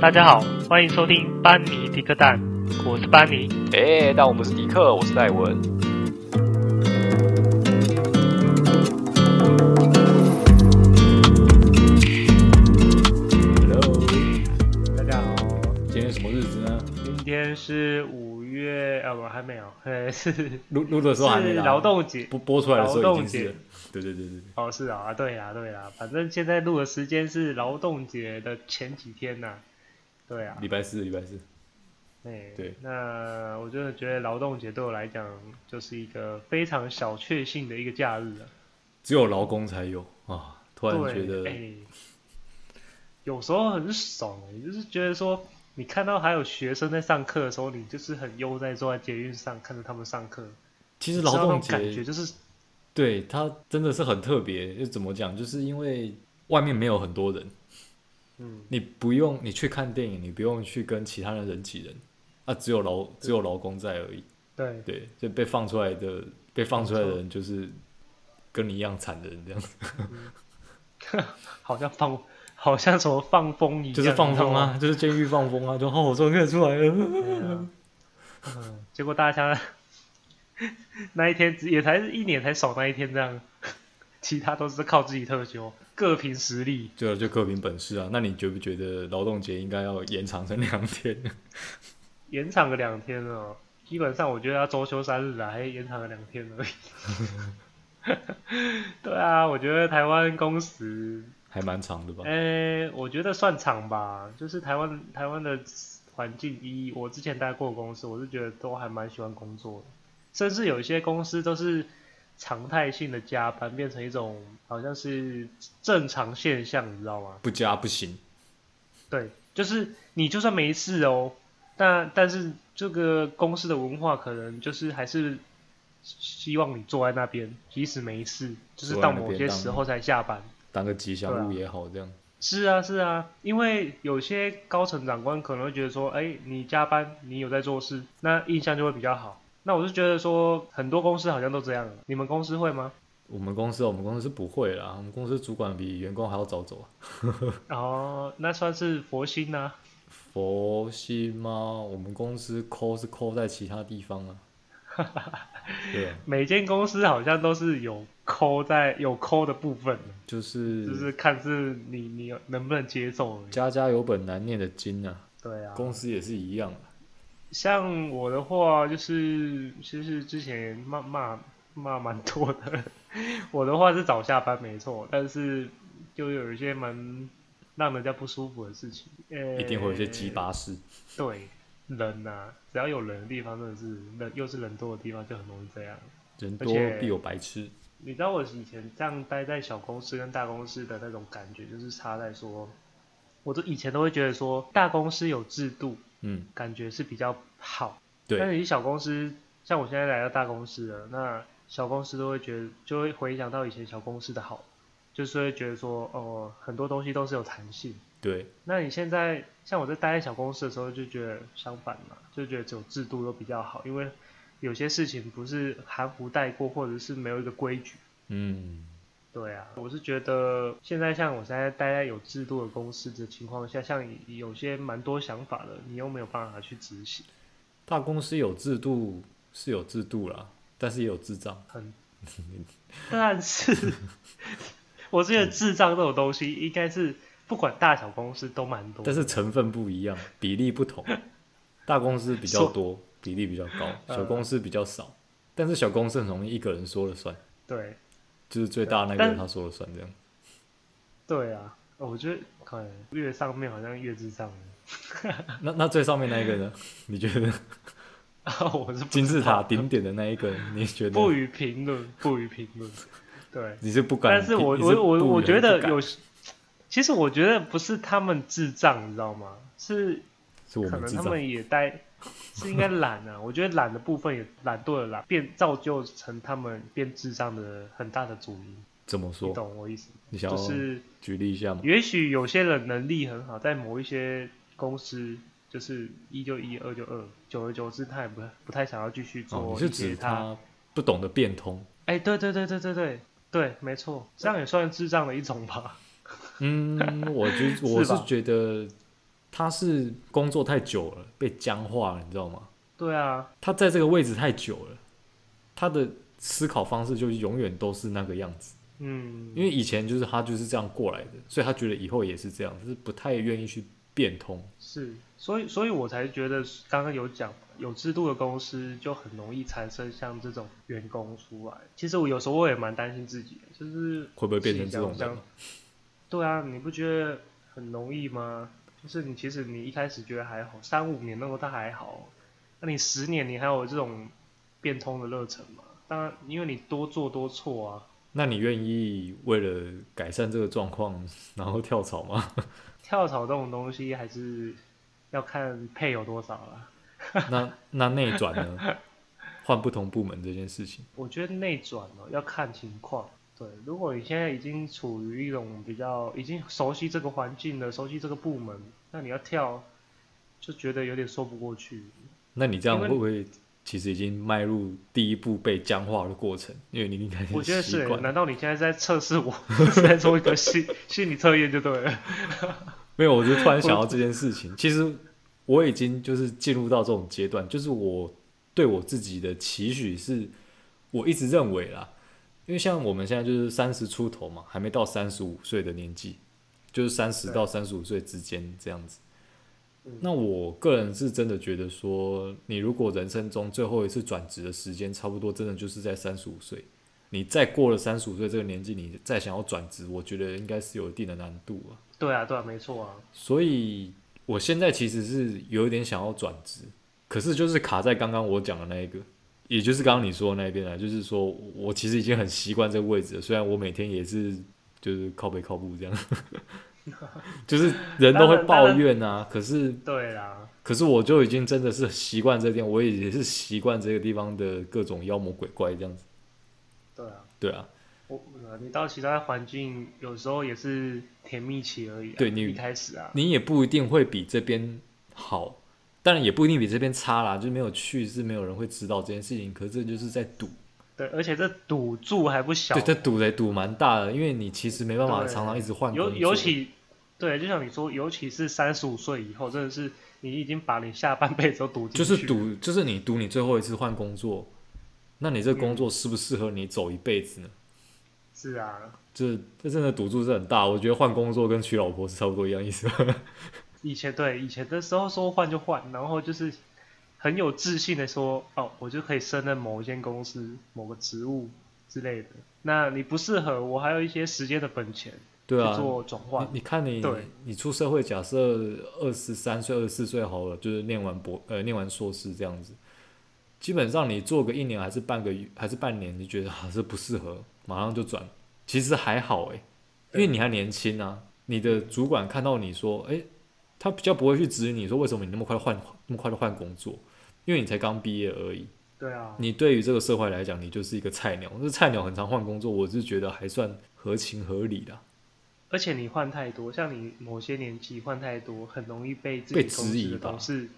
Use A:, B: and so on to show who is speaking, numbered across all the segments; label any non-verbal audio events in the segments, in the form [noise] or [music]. A: 大家好，欢迎收听班尼迪克蛋，我是班尼。
B: 哎、那我们是迪克，我是戴文。Hello，
A: 大家好，
B: 今天什么日子呢？
A: 今天是五月，啊，我还没有，呃，是
B: 录录的时候还没
A: 是
B: 啦
A: 劳动节。
B: 播播出来的时候已经
A: 劳
B: 是
A: 动节，
B: 对对对对对，
A: 哦，是啊，啊对啊，对啊，反正现在录的时间是劳动节的前几天呐、对啊，
B: 礼拜四礼拜四，
A: 哎，
B: 对
A: 那我真的觉得劳动节对我来讲就是一个非常小确幸的一个假日啊。
B: 只有劳工才有啊！突然
A: 对，
B: 觉得，
A: 哎有时候很爽、欸，就是觉得说，你看到还有学生在上课的时候，你就是很悠哉坐在捷运上看着他们上课，
B: 其实劳动
A: 知道那种感觉
B: 节
A: 就是
B: 对它真的是很特别，就怎么讲，就是因为外面没有很多人，
A: 嗯，
B: 你不用你去看电影，你不用去跟其他的人挤人，啊，只有劳只有劳工在而已。
A: 对，
B: 对，就被放出来的被放出来
A: 没
B: 的
A: 错
B: 人就是跟你一样惨的人，这样子
A: 好像放，好像什么放风一样，
B: 就是放风
A: 你
B: 啊，就是监狱放风啊，就哦，我终于可以出来了。
A: 知道吗，对啊嗯，结果大家那一天只也才一年才爽那一天这样，其他都是靠自己特修，各凭实力。
B: 对啊， [laughs] 就各凭本事啊。那你觉不觉得劳动节应该要延长成两天？ [laughs]
A: 延长个两天哦，基本上我觉得要周休三日啊，还延长了两天而已。 [laughs] 对啊，我觉得台湾工时，
B: 还蛮长的吧？
A: 哎诶、我觉得算长吧，就是台湾台湾的环境一，我之前待过的公司，我是觉得都还蛮喜欢工作的，甚至有一些公司都是常态性的加班，变成一种好像是正常现象，你知道吗？
B: 不加不行，
A: 对，就是你就算没事哦，但但是这个公司的文化可能就是还是希望你坐在那边，即使没事，就是到某些时候才下班。
B: 当个吉祥物
A: 对啊
B: 也好，这样。
A: 是啊，是啊，因为有些高层长官可能会觉得说，哎，你加班，你有在做事，那印象就会比较好。那我是觉得说，很多公司好像都这样，你们公司会吗？
B: 我们公司，我们公司是不会啦。我们公司主管比员工还要早走啊。
A: 哦，那算是佛心呐、啊。
B: 佛系吗？我们公司抠是抠在其他地
A: [laughs]
B: 方啊。对啊，
A: 每间公司好像都是有抠在有抠的部分。
B: 就是
A: 就是看是你你有能不能接受而已。
B: 家家有本难念的经啊，
A: 对啊，
B: 公司也是一样啊。
A: 像我的话就是就是之前骂骂骂蛮多的， [laughs] 我的话是早下班没错，但是就有一些蛮让人家不舒服的事情，呃、
B: 一定会有一些鸡。巴事。
A: 对，人呐、啊只要有人的地方真的是人，又是人多的地方就很容易这样。
B: 人
A: 而
B: 多
A: 且
B: 必有白痴，
A: 你知道我以前这样待在小公司跟大公司的那种感觉，就是差在说，我都以前都会觉得说大公司有制度，
B: 嗯，
A: 感觉是比较好。
B: 对
A: 但是你小公司，像我现在来到大公司了，那小公司都会觉得，就会回想到以前小公司的好，就是会觉得说，哦，很多东西都是有弹性。
B: 对，
A: 那你现在像我在待在小公司的时候，就觉得相反嘛，就觉得只有制度都比较好，因为有些事情不是含糊带过，或者是没有一个规矩。
B: 嗯，
A: 对啊，我是觉得现在像我现在待在有制度的公司的情况下，像有些蛮多想法的，你又没有办法去执行，
B: 大公司有制度是有制度啦，但是也有智障。 [laughs]
A: 很。但是，我觉得智障这种东西应该是不管大小公司都蛮多的，
B: 但是成分不一样，比例不同。大公司比较
A: [laughs]
B: 多，比例比较高；
A: 呃
B: 小公司比较少。但是小公司很容易一个人说了算，
A: 对
B: 就是最大那个
A: 但
B: 人他说了算，这样
A: 对啊，哦我觉得可能越上面好像越智
B: [laughs]
A: 障了。
B: 那那最上面那一
A: [laughs]
B: 个呢？你觉得
A: 我是不
B: 金字塔顶点的那一个，你觉得
A: 不予评论，不予评论。
B: [laughs]
A: 对，
B: 你是不敢？
A: 但是我
B: 你
A: 我我
B: 不
A: 我
B: 敢
A: 觉得
B: 不敢
A: 有，其实我觉得不是他们智障，你知道吗？是
B: 是我
A: 可
B: 们
A: 能
B: 智
A: 他
B: 障。
A: 们也待，是应该懒啊。我觉得懒的部分也懒惰了懒，变造就成他们变智障的很大的主因。
B: 怎么
A: 你
B: 说？
A: 懂我意思吗？
B: 你想
A: 就
B: 要
A: 是
B: 举例一下吗？
A: 也许有些人能力很好，在某一些公司。就是一就一，二就二，久而久之，他也不不太想要继续
B: 哦，
A: 做
B: 你
A: 一
B: 是
A: 些
B: 指
A: 他
B: 他不懂得变通？
A: 哎、对对对对对对对，没错，这样也算智障的一种吧。 [laughs]
B: 嗯，我就我
A: 是
B: 是
A: 吧
B: 觉得他是工作太久了，被僵化了，你知道吗？
A: [laughs] 对啊，
B: 他在这个位置太久了，他的思考方式就永远都是那个样子。
A: 嗯，
B: 因为以前就是他就是这样过来的，所以他觉得以后也是这样，就是不太愿意去变通。
A: 是，所以所以我才觉得刚刚有讲有制度的公司就很容易产生像这种员工出来。其实我有时候我也蛮担心自己的，就是
B: 会不会变成这种
A: 自己讲
B: 人
A: 讲？对啊，你不觉得很容易吗？就是你其实你一开始觉得还好，三五年那个都还好，那你十年你还有这种变通的热忱吗？当然，因为你多做多错啊。
B: 那你愿意为了改善这个状况，然后跳槽吗？ [laughs]
A: 跳槽这种东西还是要看配有多少啦。
B: 那那内转呢？换不同部门这件事情，
A: 我觉得内转哦要看情况。对，如果你现在已经处于一种比较已经熟悉这个环境了，熟悉这个部门，那你要跳就觉得有点说不过去。
B: 那你这样
A: 因为
B: 会不会其实已经迈入第一步被僵化的过程？因为你应该
A: 我觉得是
B: 习
A: 欸，
B: 惯，
A: 难道你现在在测试我， [laughs] 是在做一个心心理测验就对了？
B: 没有，我就突然想到这件事情。其 [laughs] 实我已经就是进入到这种阶段，就是我对我自己的期许是，我一直认为啦，因为像我们现在就是三十出头嘛，还没到三十五岁的年纪，就是三十
A: 对
B: 到三十五岁之间这样子
A: 嗯。
B: 那我个人是真的觉得说，你如果人生中最后一次转职的时间差不多，真的就是在三十五岁。你再过了三十五岁这个年纪，你再想要转职，我觉得应该是有一定的难度啊。
A: 对啊，对啊，没错啊。
B: 所以我现在其实是有一点想要转职，可是就是卡在刚刚我讲的那一个，也就是刚刚你说的那一边啊，就是说我其实已经很习惯这个位置了，虽然我每天也是就是靠背靠步这样， [laughs] 就是人都会抱怨啊，可是
A: 对啦，
B: 可是我就已经真的是习惯这点，我也也是习惯这个地方的各种妖魔鬼怪这样子，
A: 对啊，
B: 对啊，
A: 我呃你到其他环境有时候也是甜蜜期而已、啊。
B: 对你
A: 一开始啊，
B: 你也不一定会比这边好，当然也不一定比这边差啦，就是没有去是没有人会知道这件事情，可是这就是在赌，
A: 对，而且这赌注还不小
B: 对，，这赌得赌蛮大的，因为你其实没办法
A: 对
B: 常常一直换工
A: 尤
B: 作，
A: 尤其对，就像你说，尤其是三十五岁以后，真的是你已经把你下半辈子都赌进去，
B: 就是，赌，就是你赌你最后一次换工作，那你这个工作适不适合你走一辈子呢？
A: 是啊。
B: 这这真的赌注是很大，我觉得换工作跟娶老婆是差不多一样意思。 [laughs]
A: 以前对以前的时候说换就换，然后就是很有自信的说，哦，我就可以胜任某一间公司、某个职务之类的。那你不适合，我还有一些时间的本钱
B: 对啊
A: 去，做转换。
B: 你你看你
A: 对
B: 你出社会，假设二十三岁、二十四岁好了，就是念完博呃念完硕士这样子，基本上你做个一年还是半个月还是半年，你就觉得 [laughs] 啊这不适合，马上就转。其实还好诶、因为你还年轻啊，你的主管看到你说，诶、他比较不会去指引你说为什么你那么快换那么快就换工作，因为你才刚毕业而已。
A: 对啊，
B: 你对于这个社会来讲，你就是一个菜鸟。这菜鸟很常换工作，我是觉得还算合情合理的。啊
A: 而且你换太多，像你某些年纪换太多，很容易被自己
B: 被
A: 公
B: 质
A: 司
B: 疑
A: 的
B: 吧
A: 同事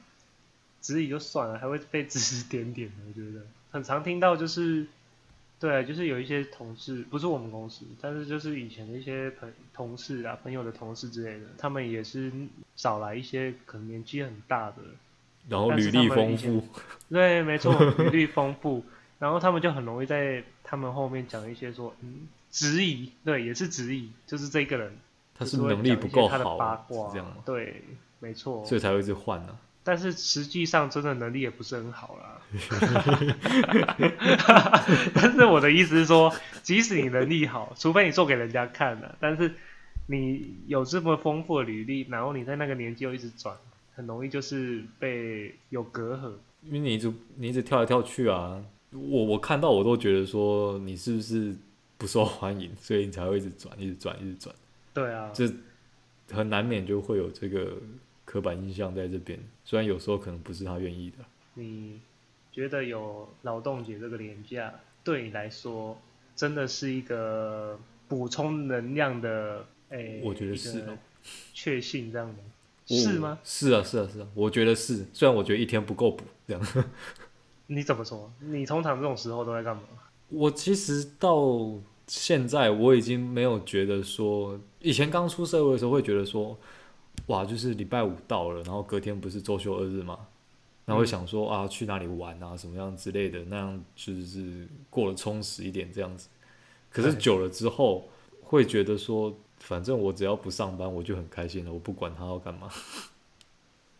A: 质疑就算了，还会被指指点点的。我觉得很常听到就是，对啊，就是有一些同事不是我们公司，但是就是以前的一些朋同事啊、朋友的同事之类的，他们也是找来一些可能年纪很大的，
B: 然后
A: 但是
B: 履
A: 他
B: 历
A: 们以
B: 丰
A: 前
B: 富，
A: 对，没错，履历丰富， [laughs] 然后他们就很容易在他们后面讲一些说，嗯，质疑，对，也是质疑，就是这个人。
B: 他
A: 就是是
B: 能力不
A: 会讲一
B: 够
A: 些他的八
B: 好，
A: 卦
B: 是这样吗？
A: 对，没错。
B: 所以才会一直换呢、
A: 但是实际上真的能力也不是很好
B: [laughs]
A: 啦。但是我的意思是说，即使你能力好，除非你做给人家看了、但是你有这么丰富的履历，然后你在那个年纪又一直转，很容易就是被有隔阂。
B: 因为你一直你一直跳来跳去啊，我我看到我都觉得说你是不是不受欢迎，所以你才会一直转，一直转，一直转，
A: 对啊，
B: 这很难免就会有这个刻板印象在这边。虽然有时候可能不是他愿意的，
A: 你觉得有劳动节这个年假，对你来说真的是一个补充能量的？诶、
B: 我觉得
A: 一
B: 是
A: 个
B: 哦
A: 确信这样吗？是吗？？
B: 是啊，是啊，是啊，我觉得是。虽然我觉得一天不够补，这样。
A: 你怎么说？你通常这种时候都在干嘛？
B: 我其实到现在我已经没有觉得说，以前刚出社会的时候会觉得说，哇，就是礼拜五到了，然后隔天不是周休二日嘛，然后会想说、啊，去哪里玩啊，什么样之类的，那样就是过得充实一点这样子。可是
A: 对
B: 久了之后，会觉得说，反正我只要不上班，我就很开心了，我不管他要干嘛。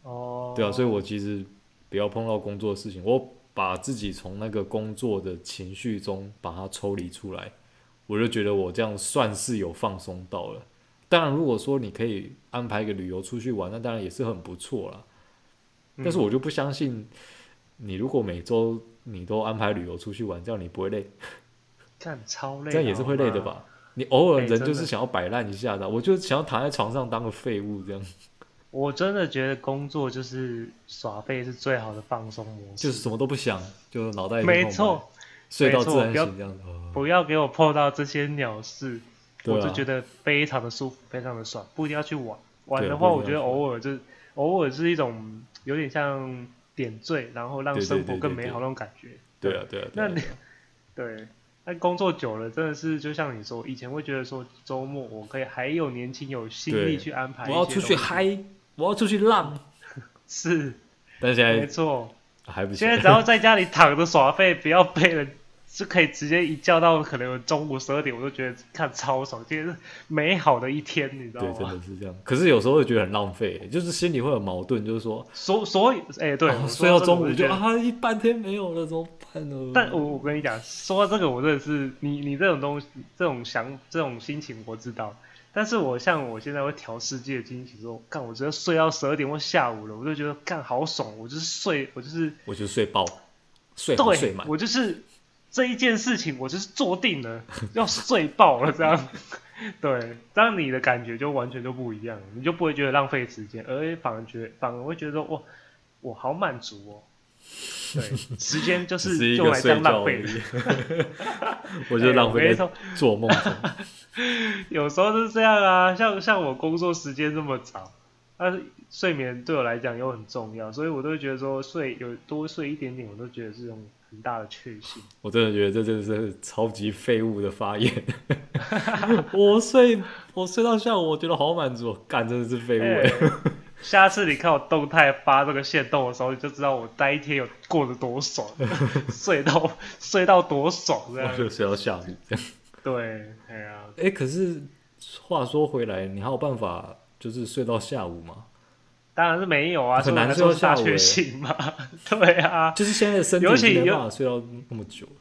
A: 哦，
B: 对啊，所以我其实不要碰到工作的事情，我把自己从那个工作的情绪中把它抽离出来，我就觉得我这样算是有放松到了。当然，如果说你可以安排一个旅游出去玩，那当然也是很不错啦。
A: 嗯
B: 但是我就不相信，你如果每周你都安排旅游出去玩，这样你不会累，
A: 看超累，啊
B: 这样也是会累的？吧？你偶尔
A: 哎
B: 人
A: 真
B: 就是
A: 的
B: 想要摆烂一下的啊，我就想要躺在床上当个废物这样。
A: 我真的觉得工作就是耍废是最好的放松模式，
B: 就是什么都不想，就脑袋一片
A: 没
B: 空白
A: 错，
B: 睡到
A: 没错
B: 自然
A: 不要
B: 醒这样子。哦
A: 不要给我碰到这些鸟事，
B: 对
A: 我
B: 啊
A: 就觉得非常的舒服，非常的爽，不一定要去玩。玩
B: 对
A: 的
B: 不一
A: 话，
B: 定
A: 我觉得
B: 要去玩
A: 偶尔就是偶尔是一种有点像点缀，然后让
B: 对对
A: 生
B: 对
A: 活
B: 对
A: 更
B: 对
A: 美好那种感觉。
B: 对啊，对啊，
A: 那
B: 对啊
A: 你
B: 对啊
A: [laughs] 对，但工作久了真的是就像你说，以前会觉得说周末我可以还有年轻有心
B: 对
A: 力去安排，
B: 我要出去，嗨，我要出去浪，
A: 是
B: 但现
A: 没
B: 在
A: 错。
B: 还不行
A: 现。在只要在家里躺着耍废，不要被人，就可以直接一觉到可能中午十二点，我就觉得看超爽，今天是美好的一天，你知道
B: 对，真
A: 吗？
B: 的是这样。可是有时候会觉得很浪费，欸就是心里会有矛盾，就是说，
A: 所所以，哎、对，
B: 哦
A: 我
B: 睡
A: 说这个
B: 到中
A: 我
B: 午
A: 觉
B: 就
A: 得。
B: 啊，一半天没有了，怎么办呢？
A: 但我我跟你讲，说到这个，我真的是你你这种东西，这种想这种心情我知道，但是我像我现在会调世界的心情，说，看我只要睡到十二点或下午了，我就觉得干好爽，我就是睡，我就是
B: 我就睡爆，睡好睡
A: 对
B: 满，
A: 我就是这一件事情，我就是做定
B: [laughs]
A: 了，要睡爆了这样。 [laughs] 对，这样你的感觉就完全就不一样了，你就不会觉得浪费时间，而反而觉反而会觉得说，哇，我好满足哦。对，
B: [laughs]
A: 时间就
B: 只是一
A: 用
B: 个
A: 来这
B: 睡
A: 样
B: 觉
A: 浪
B: 而
A: 费
B: 已
A: 的。。
B: [laughs] 我就浪
A: 哎我
B: 费
A: 跟你
B: 在
A: 说
B: 做梦中。
A: 有时候就是这样啊，像像我工作时间这么长，但是睡眠对我来讲又很重要，所以我都会觉得说睡有多睡一点点，我都觉得是一种很大的确幸。
B: 我真的觉得这真的是超级废物的发言。 [laughs] 我睡我睡到下午，我觉得好满足，干真的是废物、欸。
A: 哎下次你看我动态发这个线动的时候，你就知道我那一天有过得多
B: [laughs]
A: 爽，睡到睡到多爽这
B: 我 [laughs] 就
A: 样。
B: 睡到下午这样。
A: 对，哎呀、
B: 哎、可是话说回来，你还有办法就是睡到下午吗？
A: 当然是没有啊，
B: 很
A: 所以我
B: 难
A: 才
B: 睡到
A: 说是大
B: 下午
A: 缺
B: 欸
A: 性嘛。 [laughs] 对啊，
B: 就是现在的身体
A: 尤
B: 已经
A: 其
B: 没
A: 有
B: 办法睡到那么久了。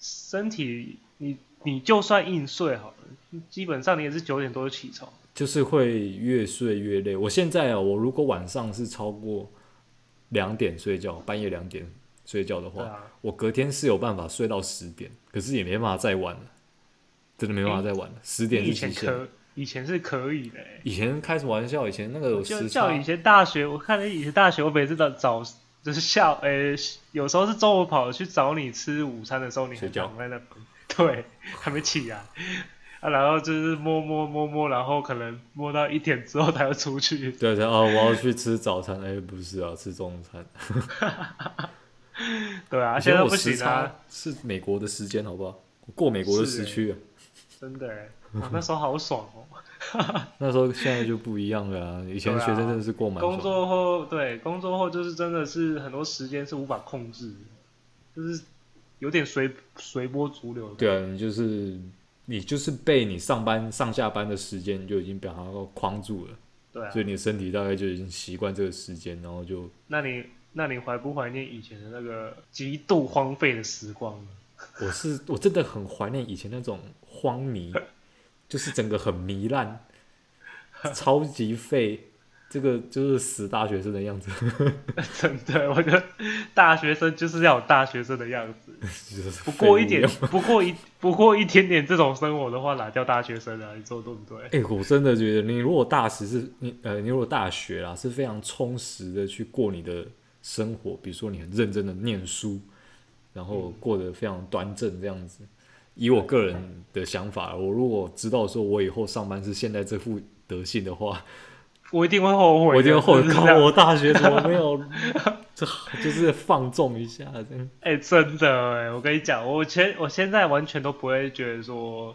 A: 身体你你就算硬睡好了，基本上你也是九点多就起床。
B: 就是会越睡越累。我现在啊，我如果晚上是超过两点睡觉，半夜两点睡觉的话，
A: 对啊
B: 我隔天是有办法睡到十点，可是也没办法再晚了，真的没办法再晚了，十、
A: 你
B: 点
A: 以
B: 是
A: 前
B: 极限。
A: 可以前是可以的、欸，
B: 以前开什么玩笑？以前那个有
A: 就
B: 时
A: 叫
B: 差
A: 以，前大学，我看你以前大学，我每次早早就是下，呃、有时候是中午跑去找你吃午餐的时候，你还
B: 睡觉
A: 躺在那边，对，还没起来，啊，然后就是摸摸摸摸，然后可能摸到一点之后才要出去，
B: 对对啊，我要去吃早餐，哎、不是啊，吃中餐。
A: 对啊，
B: 以
A: 现
B: 前
A: 在
B: 我
A: 不
B: 时
A: 行啊
B: 差，是美国的时间，好不好？我过美国的
A: 是
B: 时
A: 欸
B: 区、啊，
A: 真
B: [laughs]
A: 的、欸，哇那时候好爽哦、
B: 那时候现在就不一样了、
A: [laughs]
B: 啊。以前
A: 对啊
B: 学生真的是过蛮爽
A: 工
B: 的。
A: 作后，对，工作后就是真的是很多时间是无法控制的，就是有点随随波逐流的
B: 对啊，你就是你就是被你上班上下班的时间就已经把它框住了，
A: 对啊
B: 所以，你的身体大概就已经习惯这个时间，然后就
A: 那你那你怀不怀念以前的那个极度荒废的时光呢？
B: 我是我真的很怀念以前那种荒迷， [laughs] 就是整个很糜烂，超级废，这个就是死大学生的样子， [laughs]
A: [laughs] 真的，我觉得大学生就是要有大学生的样子，
B: 就是
A: 不过一
B: 废物
A: 点
B: 样，
A: 不过一不过一点点这种生活的话，哪叫大学生啊？你说对不对？
B: 哎、我真的觉得，你如果大十是你呃，你如果大学啦，是非常充实的去过你的生活，比如说你很认真的念书，
A: 嗯
B: 然后过得非常端正这样子。以我个人的想法，我如果知道说我以后上班是现在这副德性的话，
A: 我一定会后悔的，
B: 我一定会后
A: 就是这
B: 靠
A: 样
B: 我大学怎么没
A: [laughs]
B: 有这就是放纵一下这样。
A: 哎、真的哎、我跟你讲，我前我现在完全都不会觉得说，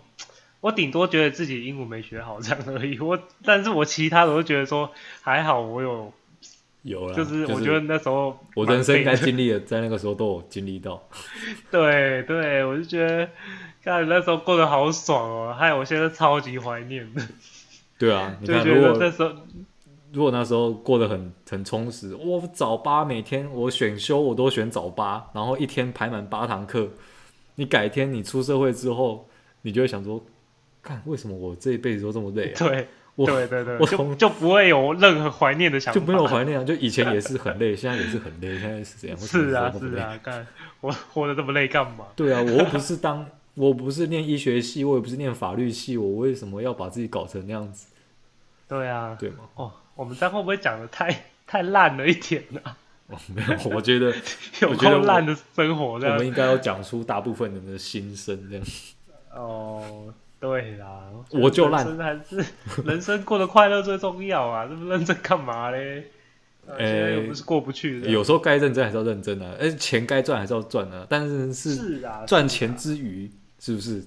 A: 我顶多觉得自己英文没学好这样而已。我，但是我其他的我都觉得说还好，我有，
B: 有啦，
A: 就是我觉得那时候
B: 啊我人生应该
A: 蛮废的
B: 经历的，在那个时候都有经历到。
A: [laughs] 对对，我就觉得，看那时候过得好爽哦，害我现在超级怀念的，[laughs]
B: 对啊，你
A: 就
B: 看，
A: 觉
B: 如
A: 得
B: 果
A: 那时候
B: 如果那时候过得很很充实，我早八每天我选修我都选早八，然后一天排满八堂课，你改天你出社会之后，你就会想说，看为什么我这一辈子都这么
A: [laughs]
B: 累、啊？
A: 对
B: 我
A: 对对对，
B: 我
A: 就
B: 从
A: 就不会有任何怀念的想法，
B: 就没有怀念啊，就以前也是很累，现在也是很累，现在是这样。为什
A: [laughs]
B: 么
A: 是啊
B: 我这么
A: 是
B: 累，
A: 啊，干我活得这么累干嘛？
B: 对啊，我又不是当我不是念医学系，我也不是念法律系，我为什么要把自己搞成那样子？
A: 对啊，[laughs]
B: 对吗？
A: 哦，我们这样会不会讲的太太烂了一点呢、啊？
B: 哦，没有，我觉得
A: 有
B: 我觉得
A: 够
B: 我
A: 烂的生活这
B: 我们
A: 样。
B: 应该要讲出大部分人的心声，这样。
A: 哦，对啦，
B: 我就烂
A: 人生还是 [laughs] 人生过得快乐最重要啊！这么认真干嘛
B: [laughs]
A: 嘞？呃现在又
B: 哎
A: 不是过不去的。
B: 有时候该认真还是要认真的、啊，而钱该赚还是要赚的、啊，但是是
A: 是啊，
B: 赚
A: 是啊
B: 钱之余，是不是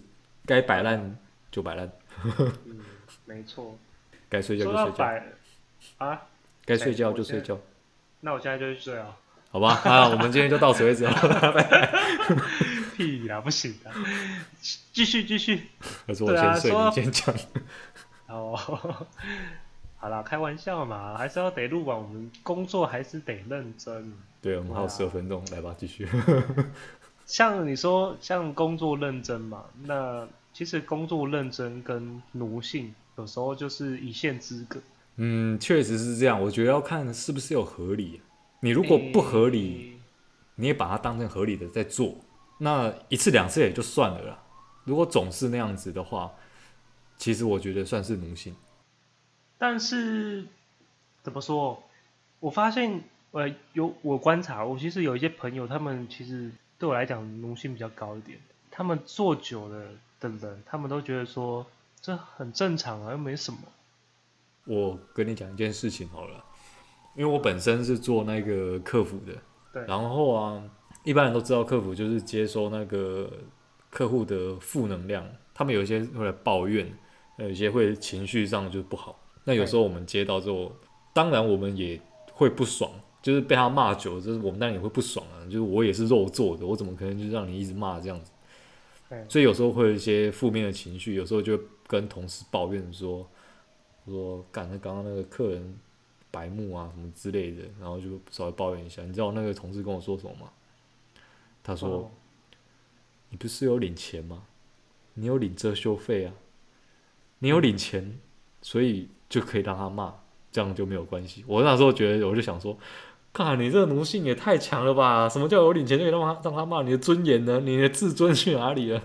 B: 该摆烂就摆烂，
A: 嗯，没错。
B: 该睡觉
A: 说
B: 就
A: 到
B: 睡觉，
A: 摆啊，
B: 该睡觉就睡觉，
A: 那我现在就去睡啊。 [laughs]
B: 好吧？啊，我们今天就到此为止啊 [laughs] 了。
A: 屁啦，不行的， [laughs] 继续继续。
B: 可是我
A: 对啊
B: 先睡，
A: 说到
B: 你先讲。
A: 哦， [laughs] 好啦，开玩笑嘛，还是要得录完，我们工作还是得认真。
B: 对，我们还有
A: 对啊
B: 十二分钟，来吧，继续。 [laughs]
A: 像你说，像工作认真嘛，那其实工作认真跟奴性有时候就是一线之隔。
B: 嗯，确实是这样，我觉得要看是不是有合理。啊你如果不合理，你也把它当成合理的在做，那一次两次也就算了啦。如果总是那样子的话，其实我觉得算是奴性。
A: 诶，但是怎么说？我发现，呃，有我观察，我其实有一些朋友，他们其实对我来讲奴性比较高一点。他们做久了的人，他们都觉得说这很正常啊，又没什么。
B: 我跟你讲一件事情好了，因为我本身是做那个客服的，
A: 对
B: 然后啊，一般人都知道客服就是接收那个客户的负能量，他们有一些会来抱怨，呃，有些会情绪上就不好。那有时候我们接到之后，当然我们也会不爽，就是被他骂久了，就是我们当然也会不爽啊，就是我也是肉做的，我怎么可能就让你一直骂这样子？
A: 对，
B: 所以有时候会有一些负面的情绪，有时候就会跟同事抱怨说，说干那刚刚那个客人白目啊什么之类的，然后就稍微抱怨一下。你知道我那个同事跟我说什么吗？他说：“
A: 哦
B: 你不是有领钱吗？你有领遮羞费啊，你有领钱，所以就可以让他骂，这样就没有关系。”我那时候觉得，我就想说。看你这个奴性也太强了吧！什么叫有领钱就可以让他让他骂？你的尊严呢？你的自尊去哪里了？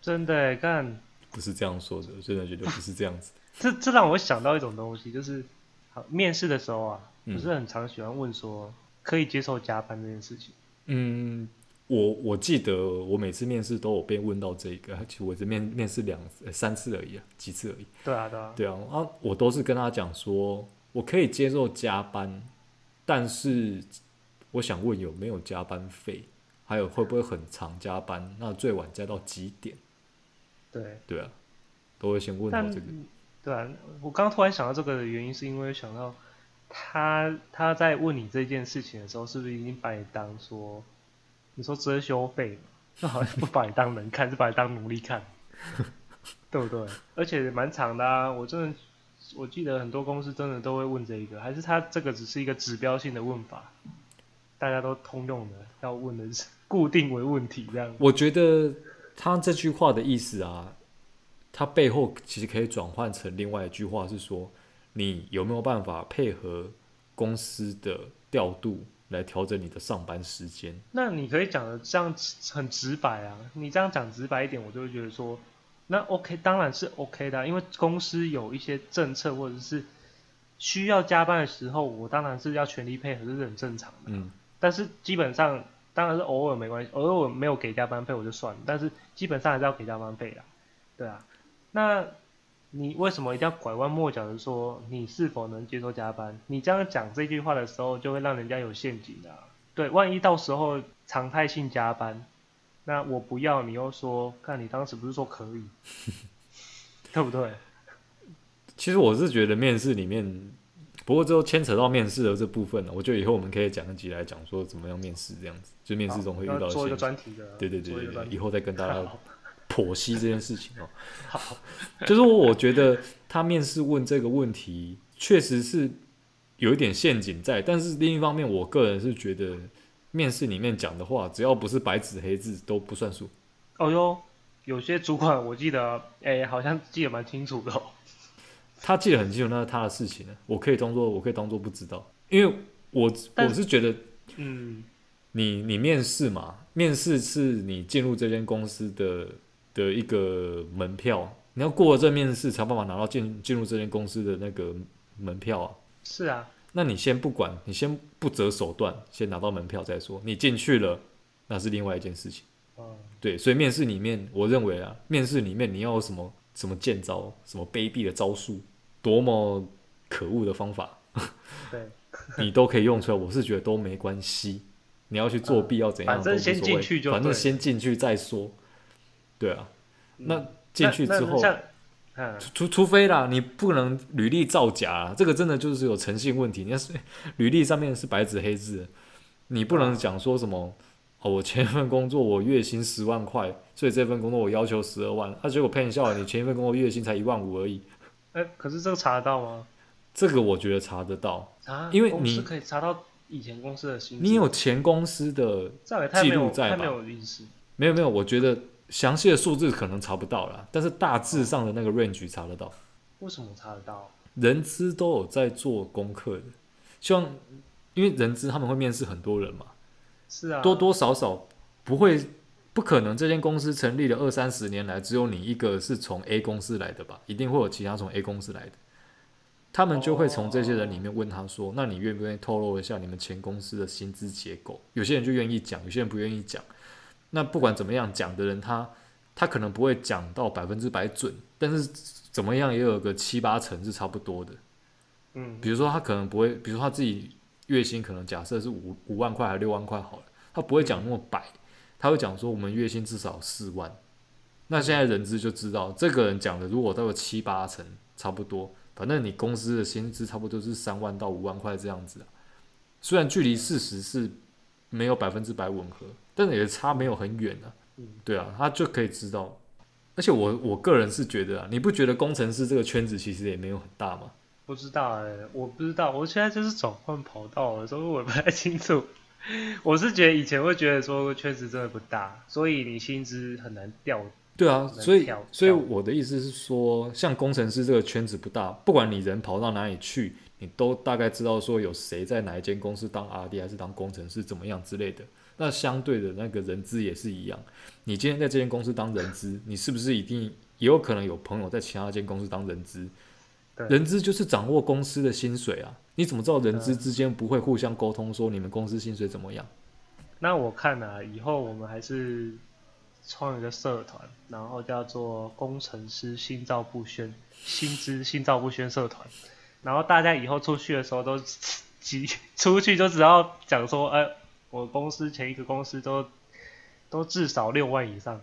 A: 真的诶干。 [laughs]
B: 不是这样说的，我真的觉得不是这样子的。
A: 这这让我想到一种东西，就是好面试的时候啊，
B: 嗯
A: 不是很常喜欢问说可以接受加班这件事情。
B: 嗯，我我记得我每次面试都有被问到这个，其实我只面面试两、呃三次而已啊，几次而已。
A: 对啊，对啊，
B: 对啊，啊，我都是跟他讲说，我可以接受加班，但是我想问有没有加班费，还有会不会很长加班？那最晚加到几点？
A: 对。
B: 对啊，都会先问到
A: 但
B: 这个。
A: 对啊，我刚突然想到这个的原因，是因为想到他他在问你这件事情的时候，是不是已经把你当说你说遮羞费嘛，就好像不把你当人看，是把你当奴隶看，对不对？而且蛮长的啊，我真的我记得很多公司真的都会问这一个，还是他这个只是一个指标性的问法，大家都通用的，要问的是固定为问题这样。
B: 我觉得他这句话的意思啊，他背后其实可以转换成另外一句话，是说你有没有办法配合公司的调度来调整你的上班时间？
A: 那你可以讲的这样直很直白啊，你这样讲直白一点，我就会觉得说，那 OK 当然是 OK 的啊、因为公司有一些政策或者是需要加班的时候，我当然是要全力配合，这是很正常的。啊
B: 嗯，
A: 但是基本上当然是偶尔没关系，偶尔没有给加班费我就算了，但是基本上还是要给加班费啦，对啊。那你为什么一定要拐弯抹角的说你是否能接受加班？你这样讲这句话的时候，就会让人家有陷阱的啊、对，万一到时候常态
B: [laughs]
A: 性加班，那我不要，你又说，看你当时不是说可以，对不对？
B: 其实我是觉得面试里面，不过之后牵扯到面试的这部分了，啊我觉得以后我们可以讲一集来讲说怎么样面试这样子，就面试中会遇
A: 好
B: 到
A: 要
B: 一
A: 做一
B: 些
A: 个，专题的，
B: 对对对
A: 做一
B: 对
A: 个
B: 对
A: 专，题
B: 以后再跟大家
A: [laughs] 好
B: 剖析这件事情哦。 [laughs]
A: 好，
B: 就是我觉得他面试问这个问题，确实是有一点陷阱在，但是另一方面，我个人是觉得面试里面讲的话，只要不是白纸黑字都不算数。
A: 哦哟，有些主管我记得，哎、好像记得蛮清楚的、哦。 [laughs]
B: 他记得很清楚，那是他的事情了，我可以当做我可以当做不知道，因为我我
A: 但
B: 是觉得
A: 嗯，
B: 你你面试嘛，面试是你进入这间公司的的一个门票，你要过了这面试才有办法拿到进进入这间公司的那个门票啊。
A: 是啊，
B: 那你先不管，你先不择手段，先拿到门票再说。你进去了，那是另外一件事情。
A: 嗯，
B: 对，所以面试里面，我认为啊，面试里面你要有什么什么剑招，什么卑鄙的招数，多么可恶的方法，
A: 对，
B: 你都可以用出来。我是觉得都没关系，你要去作弊要怎样、
A: [laughs] 反
B: 都
A: 正
B: 无所
A: 先进去
B: 谓
A: 就
B: 反正
A: 对
B: 先进去再说。对啊，那进
A: 那
B: 去
A: 嗯那
B: 之后，
A: 像嗯，
B: 除除非啦，你不能履历造假啊，这个真的就是有诚信问题。你要 [laughs] 是履历上面是白纸黑字的，你不能讲说什么哦，我前一份工作我月薪十万块，所以这份工作我要求十二万，啊，结果骗笑了，你前一份工作月薪才一万五而已，
A: 哎、可是这个查得到吗？
B: 这个我觉得查得到。
A: 查，
B: 因为
A: 公司
B: 你
A: 可以查到以前公司的薪资，
B: 你有前公司的
A: 这样也太没
B: 记
A: 有
B: 录在吧
A: 太没有意思。
B: 没有没有？我觉得详细的数字可能查不到啦，但是大致上的那个 range 查得到。
A: 为什么查得到？
B: 人资都有在做功课的，希望因为人资他们会面试很多人嘛，
A: 是啊，
B: 多多少少不会不可能这间公司成立了二三十年来，只有你一个是从 A 公司来的吧？一定会有其他从 A 公司来的，他们就会从这些人里面问他说：“那你愿不愿意透露一下你们前公司的薪资结构？”有些人就愿意讲，有些人不愿意讲。那不管怎么样，讲的人他他可能不会讲到百分之百准，但是怎么样也有个七八成是差不多的。
A: 嗯，
B: 比如说他可能不会，比如说他自己月薪可能假设是五五万块还是六万块好了，他不会讲那么白，他会讲说我们月薪至少四万。那现在人资就知道，这个人讲的如果到了七八成差不多，反正你公司的薪资差不多是三万到五万块这样子啊。虽然距离事实是没有百分之百吻合，但也差没有很远啊
A: 嗯。
B: 对啊，他就可以知道。而且我我个人是觉得啊，你不觉得工程师这个圈子其实也没有很大吗？
A: 不知道哎、我不知道，我现在就是转换跑道了，所以我也不太清楚。 [laughs] 我是觉得以前会觉得说圈子真的不大，所以你薪资很难调。
B: 对啊，
A: 能
B: 所以
A: 跳
B: 所以
A: 跳
B: 我的意思是说，像工程师这个圈子不大，不管你人跑到哪里去，你都大概知道说有谁在哪一间公司当 R D 还是当工程师怎么样之类的。那相对的那个人资也是一样，你今天在这间公司当人资，你是不是一定也有可能有朋友在其他间公司当人资？
A: 对
B: 人资就是掌握公司的薪水啊，你怎么知道人资之间不会互相沟通说你们公司薪水怎么样？
A: 那我看啊，以后我们还是创一个社团，然后叫做工程师心照不宣，薪资心照不宣社团。然后大家以后出去的时候都急 [laughs] 出去就只要讲说，哎、我公司前一个公司都都至少六万以上，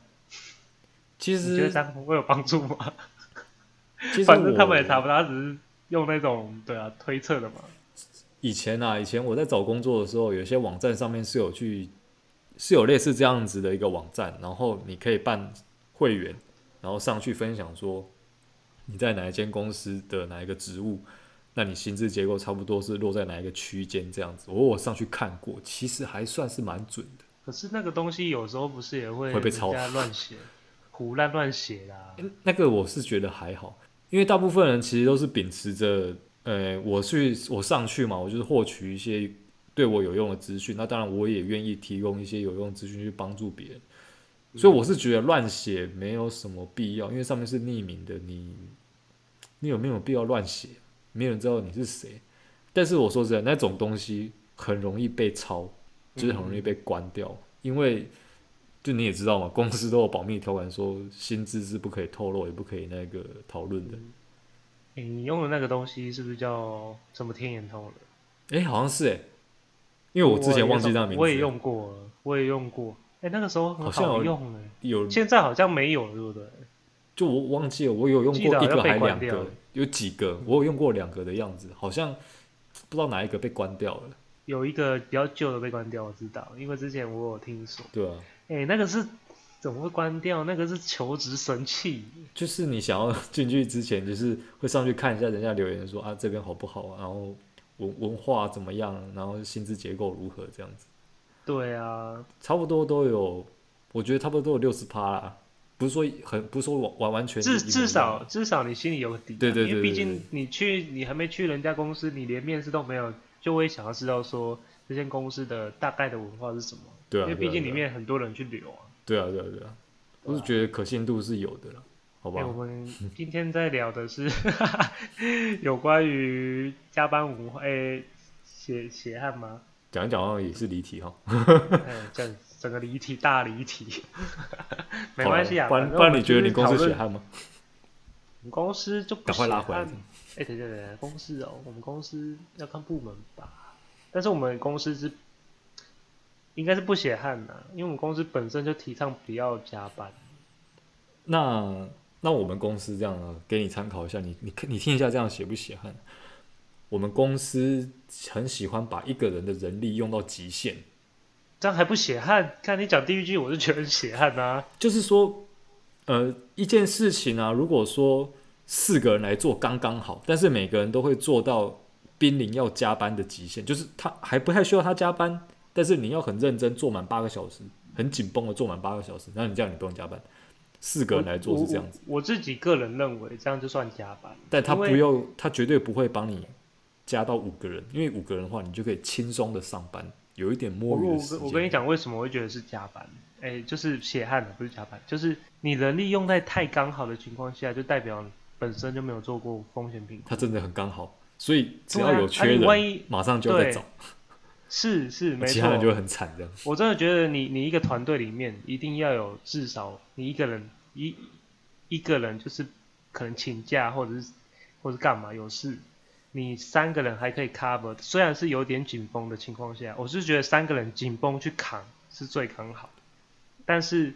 B: 其
A: 你觉得
B: 实
A: 这样会有帮助吗？
B: 其实
A: 反正他
B: 我
A: 们也查不到，他只是用那种对啊推测的嘛。
B: 以前啊，以前我在找工作的时候，有些网站上面是有去是有类似这样子的一个网站，然后你可以办会员，然后上去分享说你在哪一间公司的哪一个职务，那你薪资结构差不多是落在哪一个区间这样子。我我上去看过，其实还算是蛮准的。
A: 可是那个东西有时候不是也会
B: 会被抄
A: 人家乱写，胡乱乱写啦。
B: 嗯那个我是觉得还好，因为大部分人其实都是秉持着，呃，我去我上去嘛，我就是获取一些对我有用的资讯。那当然，我也愿意提供一些有用的资讯去帮助别人。所以我是觉得乱写没有什么必要，因为上面是匿名的，你你有没有必要乱写？没有人知道你是谁。但是我说实在，那种东西很容易被抄，就是很容易被关掉，因为就你也知道嘛，公司都有保密条款，说薪资是不可以透露，也不可以那个讨论的。
A: 诶你用的那个东西是不是叫什么天眼通了？
B: 诶，好像是诶，因为我之前忘记那名字了，
A: 我也用过了，我也用过。哎、那个时候很
B: 好像有
A: 用哎、
B: 有
A: 现在好像没有了，对不对？
B: 就我忘记了，我有用
A: 记得
B: 过
A: 好
B: 一
A: 像
B: 个
A: 被
B: 还
A: 关
B: 两
A: 掉
B: 个
A: 了，
B: 有几个我有用过两个的样子，好像不知道哪一个被关掉了，
A: 有一个比较旧的被关掉，我知道，因为之前我有听说，
B: 对啊，
A: 哎、那个是怎么会关掉？那个是求职神器，
B: 就是你想要 [laughs] 进去之前，就是会上去看一下人家留言说啊这边好不好啊，然后文文化怎么样，然后薪资结构如何这样子，
A: 对啊，
B: 差不多都有，我觉得差不多都有六十趴啦，不是说很不是说完完完全
A: 至
B: 一模一样
A: 至少至少你心里有个底啊、
B: 对对对
A: 因为
B: 对
A: 毕
B: 对
A: 竟
B: 对
A: 你去你还没去人家公司，你连面试都没有，就会想要知道说这间公司的大概的文化是什么，
B: 对啊，
A: 因为
B: 对啊
A: 毕竟里
B: 对啊
A: 面很多人去留啊。
B: 对啊，对啊，对啊，我是觉得可信度是有的了，好吧
A: 哎，？我们今天在聊的是 [laughs] 有关于加班文化，哎、血血汗吗？
B: 讲一讲好像也是离题哈，
A: 哎，整整个离题大离题， [laughs] 没关系啊。
B: 好了不
A: 反正
B: 然不
A: 我
B: 然
A: 们
B: 你觉得
A: 就是
B: 你公司
A: 讨
B: 血
A: 论
B: 汗吗？
A: 我们公司就不
B: 赶快拉回来
A: 喜欢。哎、对对对，公司哦，我们公司要看部门吧，但是我们公司是应该是不血汗呐、因为我们公司本身就提倡不要加班。
B: 那那我们公司这样啊，给你参考一下，你你你听一下这样血不血汗？我们公司很喜欢把一个人的人力用到极限，
A: 这样还不血汗？看你讲第一句，我就觉得很血汗啊
B: [laughs]
A: 呐、
B: 就是说，呃，一件事情啊，如果说四个人来做刚刚好，但是每个人都会做到濒临要加班的极限，就是他还不太需要他加班，但是你要很认真做满八个小时，很紧绷的做满八个小时，那你这样你不用加班。四个人来做是这样子，
A: 我我我自己个人认为，这样就算加班。
B: 但他
A: 因
B: 不
A: 为
B: 用，他绝对不会帮你加到五个人，因为五个人的话，你就可以轻松的上班，有一点
A: 我
B: 摸鱼
A: 我
B: 的时间。
A: 我跟你，讲，为什么我会觉得是加班？哎、就是血汗的，不是加班，就是你人力用在太刚好的情况下，就代表你本身就没有做过风险评估。
B: 他真的很刚好，所以只要
A: 对啊
B: 有
A: 啊
B: 缺
A: 你
B: 人，
A: 万一
B: 马上就在
A: 对
B: 找，
A: 是是，没
B: 其
A: 错
B: 他。人就会很惨这样。
A: 我真的觉得你你一个团队里面一定要有至少你一个人一一个人就是可能请假或者是或者干嘛有事，你三个人还可以 cover，虽然是有点紧绷的情况下，我是觉得三个人紧绷去扛是最刚好的。但是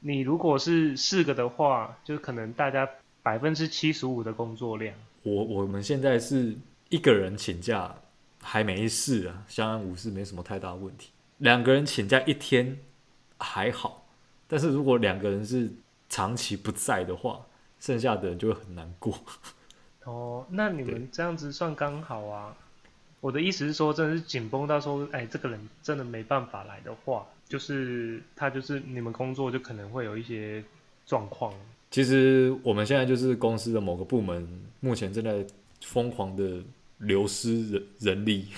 A: 你如果是四个的话，就可能大家百分之七十五的工作量，
B: 我我们现在是一个人请假还没事啊，相安无事，没什么太大的问题。两个人请假一天还好，但是如果两个人是长期不在的话，剩下的人就会很难过。
A: 哦，那你们这样子算刚好啊。我的意思是说，真的是紧绷到说，哎，这个人真的没办法来的话，就是他就是你们工作就可能会有一些状况。
B: 其实我们现在就是公司的某个部门，目前正在疯狂的流失人人力，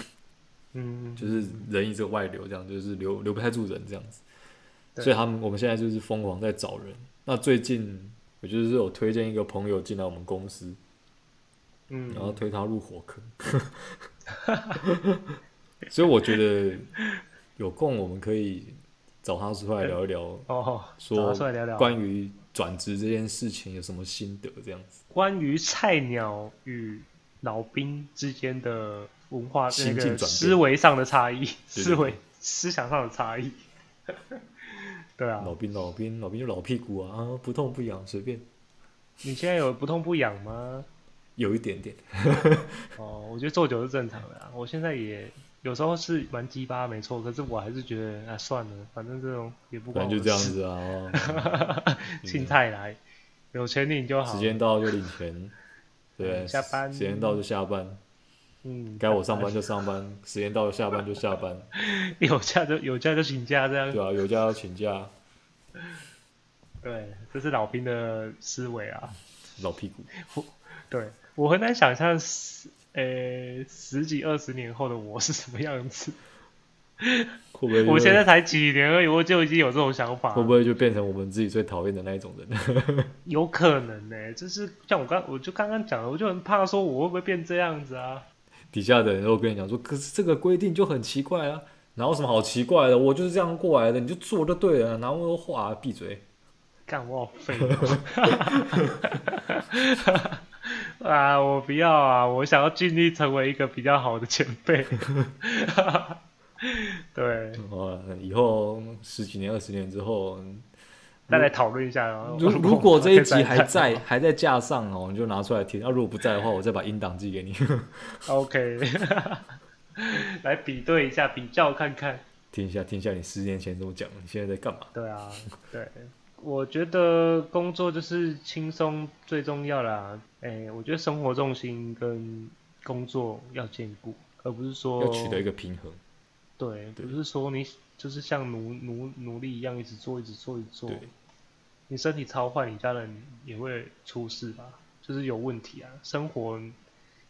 A: 嗯，
B: 就是人一直外流，这样就是留留不太住人这样子。
A: 对
B: 所以他们我们现在就是疯狂在找人。那最近我就是有推荐一个朋友进来我们公司，
A: 嗯，
B: 然后推他入火坑。 [laughs] 所以我觉得有空我们可以找他出来聊一聊，
A: 哦，找
B: 说
A: 他出来聊聊
B: 关于转职这件事情有什么心得这样子。
A: 关于菜鸟与老兵之间的文化
B: 心
A: 那
B: 境
A: 个
B: 转变
A: 思维上的差异，
B: [laughs] 对
A: 思维思想上的差异。 [laughs] 对啊，
B: 老兵老兵老兵就老屁股啊，啊不痛不痒随便，
A: 你现在有不痛不痒吗？
B: 有一点点。
A: 哦，我觉得做久是正常的啊。我现在也有时候是蛮鸡巴，没错，可是我还是觉得啊，算了，反正这种也不关
B: 反
A: 我的
B: 正就这样
A: 事，
B: 子啊，哦
A: 青菜来，有钱领就好。
B: 时间到就领
A: [laughs]
B: 钱，对，
A: 啊嗯下班
B: 时间到就下班，
A: 嗯，
B: 该我上班就
A: [laughs]
B: 上班，时间到就下班就下班，
A: 有假就有假就请假，这样
B: 对啊，有假要请假，
A: 对，这是老兵的思维啊。
B: 老屁股，
A: 对我很难想象十呃、十几二十年后的我是什么样子。
B: 会不会就？
A: 我现在才几年而已，我就已经有这种想法了。
B: 会不会就变成我们自己最讨厌的那一种人？ [laughs]
A: 有可能呢、就是像我刚我就刚刚讲的，我就很怕说我会不会变这样子啊。
B: 底下的人都跟你讲说，可是这个规定就很奇怪啊，哪有什么好奇怪的？我就是这样过来的，你就做就对了，哪有那么多话啊、闭嘴。
A: 干我好废 [laughs] 哦啊！我不要啊！我想要尽力成为一个比较好的前辈。 [laughs] 对，
B: 哦，以后十几年、二十年之后，
A: 再来讨论一下哦。
B: 如如果这一集还
A: 还
B: 在还在架上哦，你就拿出来听；啊，如果不在的话，我再把音档寄给你。
A: [laughs] ，OK，来比对一下，比较看看。
B: 听一下，听一下你十年前怎么讲，你现在在干嘛？
A: 对啊，对，我觉得工作就是轻松最重要啦。哎、我觉得生活重心跟工作要兼顾，而不是说
B: 要取得一个平衡。
A: 对，
B: 对
A: 不是说你就是像奴奴奴隶一样一直做，一直做，一直做
B: 对。
A: 你身体超坏，你家人也会出事吧？就是有问题啊。生活，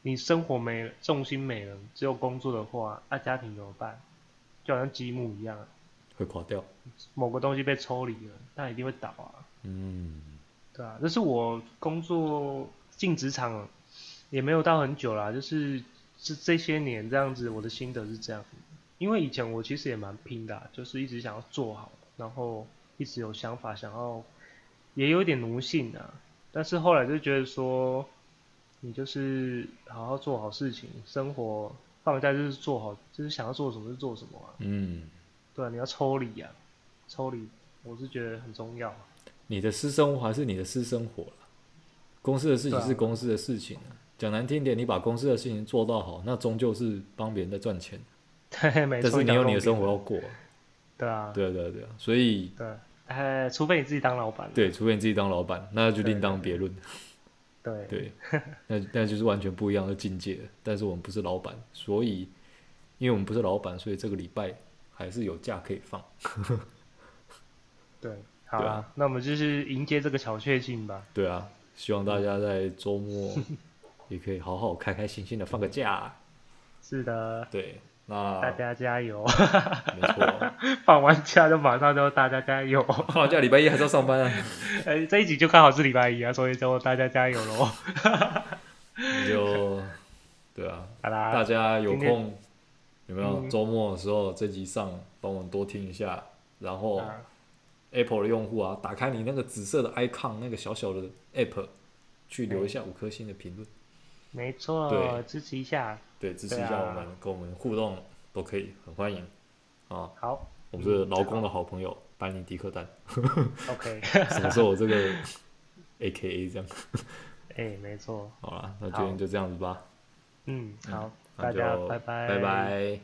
A: 你生活没了，重心没了，只有工作的话，那、家庭怎么办？就好像积木一样啊，
B: 会垮掉。
A: 某个东西被抽离了，那一定会倒啊。
B: 嗯，
A: 对啊，这是我工作进职场也没有到很久啦，就是这这些年这样子，我的心得是这样。因为以前我其实也蛮拼的啊、就是一直想要做好，然后一直有想法想要，也有一点奴性啊。但是后来就觉得说，你就是好好做好事情，生活放假就是做好，就是想要做什么就做什么啊。
B: 嗯，
A: 对啊，你要抽离啊，抽离，我是觉得很重要啊。 [laughs]
B: 你的私生活还是你的私生活啦公司的事情
A: 对
B: 是
A: 啊
B: 公司的事情啊、讲难听点，你把公司的事情做到好，那终究是帮别人在赚钱，
A: 对，没
B: 但
A: 错。
B: 是你
A: 讲
B: 有
A: 得
B: 你的
A: 对
B: 生活要过啊、
A: 对啊，
B: 对啊对啊对啊，所以
A: 对，呃，除非你自己当老板。
B: 对，除非你自己当老板，那就
A: 对
B: 另当别论。
A: 对
B: 对，那那就是完全不一样的境界了。但是我们不是老板，所以因为我们不是老板，所以这个礼拜还是有假可以放。
A: 对，好啊
B: 对啊
A: 啦，那我们就是迎接这个小确幸吧。
B: 对啊，希望大家在周末
A: 嗯
B: [laughs] 也可以好好开开心心的放个假。
A: 是的，
B: 对，那
A: 大家加油！ [laughs]
B: 没错，
A: 放完假就马上就大家加油。 [laughs]
B: 放完假礼拜一还是要上班啊，
A: 哎，这一集就刚好是礼拜一啊，所以就大家加油喽。
B: 你就对啊，
A: 好
B: 大
A: 啦，
B: 家有
A: 今天
B: 空有没有
A: 嗯
B: 周末的时候这集上帮我们多听一下，然后。
A: 啊
B: Apple 的用户啊，打开你那个紫色的 icon 那个小小的 App，去留一下五颗星的评论，
A: 没错
B: 对，
A: 支持一下。
B: 对，支持一
A: 对
B: 下
A: 啊
B: 我们，跟我们互动都可以，很欢迎
A: 嗯
B: 啊！
A: 好
B: 我们是劳工的好朋友班尼迪克丹， [laughs]
A: ，OK，
B: 什么时候我这个 AKA 这样？
A: 哎，没错，
B: 好啦，那今天就这样子吧，
A: 嗯，好，
B: 那
A: 大家
B: 就
A: 拜
B: 拜拜。